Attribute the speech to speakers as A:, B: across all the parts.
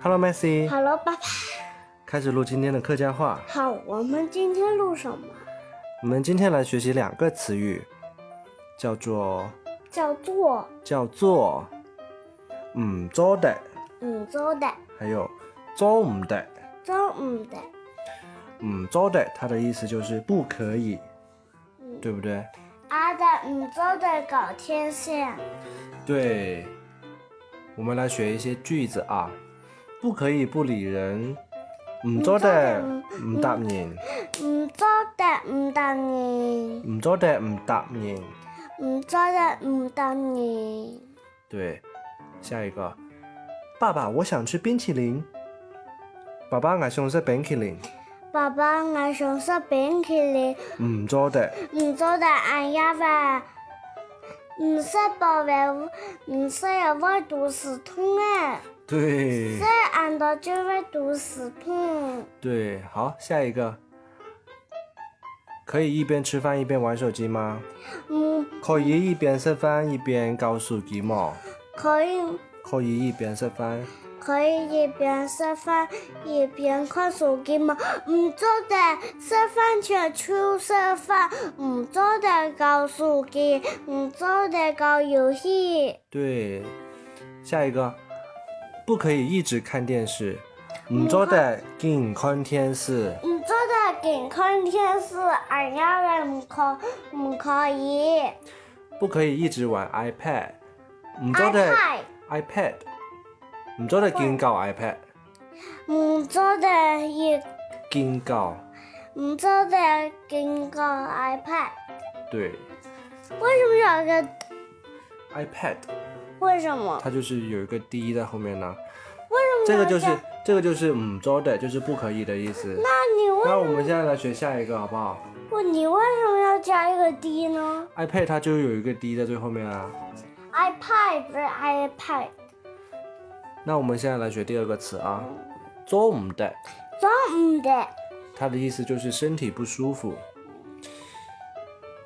A: Hello, Messi，
B: Hello，爸爸。
A: 开始录今天的客家话。
B: 好，我们今天录什么？
A: 我们今天来学习两个词语，叫做
B: 叫做
A: 叫做唔做的，
B: 唔做的，
A: 还有做唔的。
B: 做唔的，
A: 唔做的，它的意思就是不可以，对不对？
B: 阿的唔做的搞天下。
A: 对，我们来学一些句子啊。不可以不理人，唔嗯做的唔答应，
B: 唔做的唔答应，
A: 唔嗯做的唔答应。
B: 唔做的唔答应。
A: 对，下一个，爸爸，我想吃冰淇淋。爸爸，我想食冰淇淋。
B: 爸爸，我想食冰淇淋，
A: 唔做的，
B: 唔做的俺要饭。唔食饱饭，唔食也会肚子痛啊！
A: 对
B: 食俺的就会肚子痛。
A: 对，好，下一个，可以一边吃饭一边玩手机吗？
B: 嗯，
A: 可以一边吃饭一边搞手机吗？
B: 可以
A: 可以一边吃饭，
B: 可以一边吃饭一边看手机吗？唔做的吃饭前去吃饭，唔做的搞手机，唔做的搞游戏，
A: 对，下一个，不可以一直看电视，唔做的净看电视，
B: 唔做的健康电视，俺家人唔可唔可以。
A: 不可以一直玩 iPad，唔做的
B: iPad
A: iPad，唔做的净搞 iPad，
B: 唔做的也
A: 净搞，
B: 唔做的健康 iPad，
A: 对
B: 为什么有一个？
A: ，iPad
B: 为什么？
A: 它就是有一个 d 在后面呢，
B: 为什
A: 这
B: 么？
A: 个就是。这个就是唔做的，就是不可以的意思。
B: 那你为
A: 那我们现在来学下一个好不好
B: 不，你为什么要加一个 D 呢
A: ？iPad 它就有一个 d 在最后面啊。
B: ？iPad 不是 iPad，
A: 那我们现在来学第二个词啊，做唔得，
B: 中午的
A: 它的意思就是身体不舒服。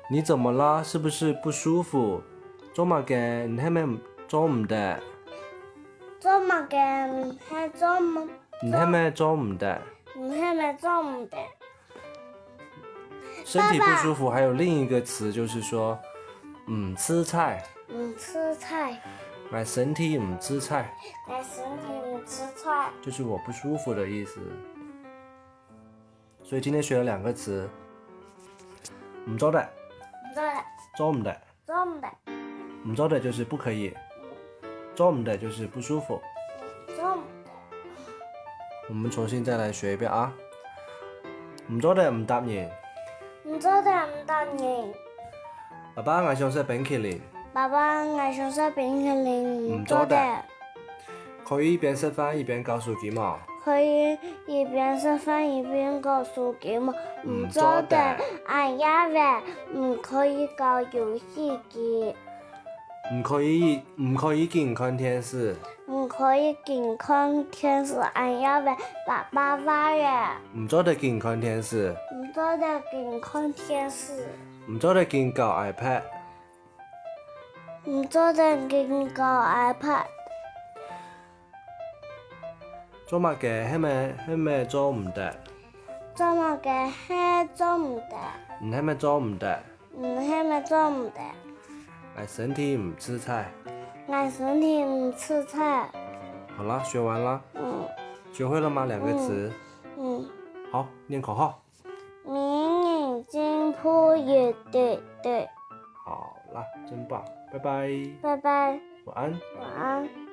A: 你怎么啦？是不是不舒服？做乜嘅？你系咪唔做唔得？
B: 做么嘅唔系做么，
A: 你系咪做唔得？
B: 唔系咪中午的？
A: 身体不舒服，还有另一个词就是说，唔吃菜，
B: 唔吃菜，
A: 我身体唔吃菜，
B: 但身体唔吃菜。
A: 就是我不舒服的意思。所以今天学了两个词，唔做得，
B: 唔做的，
A: 做唔得。
B: 中午的，
A: 唔做的就是不可以，做唔的就是不舒服。
B: 中午
A: 我们重新再来学一遍啊！唔做的唔答应，
B: 的，唔做的唔答应。
A: 爸爸我想食冰淇淋，
B: 爸爸，我想食冰淇淋。
A: 唔
B: 唔
A: 做
B: 做
A: 的
B: 的，
A: 可以一边吃饭一边搞手机嘛？
B: 可以一边吃饭一边搞手机吗？
A: 唔
B: 唔
A: 做
B: 做
A: 的
B: 的，俺家人唔可以搞游戏机。
A: 唔可以唔可以健看电视，
B: 唔可以健康天使，俺要为爸爸发呀！
A: 唔做的健看电视，
B: 唔做的健康天使，
A: 唔做的健搞 iPad。
B: 唔做的健康 iPad，
A: 做乜嘅？係咪係咪做唔得？
B: 做乜嘅嘿做唔得，
A: 唔係咪做唔得？
B: 唔嘿咪做唔得，
A: 係身體唔吃菜。
B: 俺身体唔吃菜，
A: 好啦，学完啦，
B: 嗯
A: 学会了吗？两个词，
B: 嗯，
A: 好，念口号。
B: 明眼睛扑也对对，
A: 好啦，真棒，拜拜，
B: 拜拜，
A: 晚安。
B: 晚安。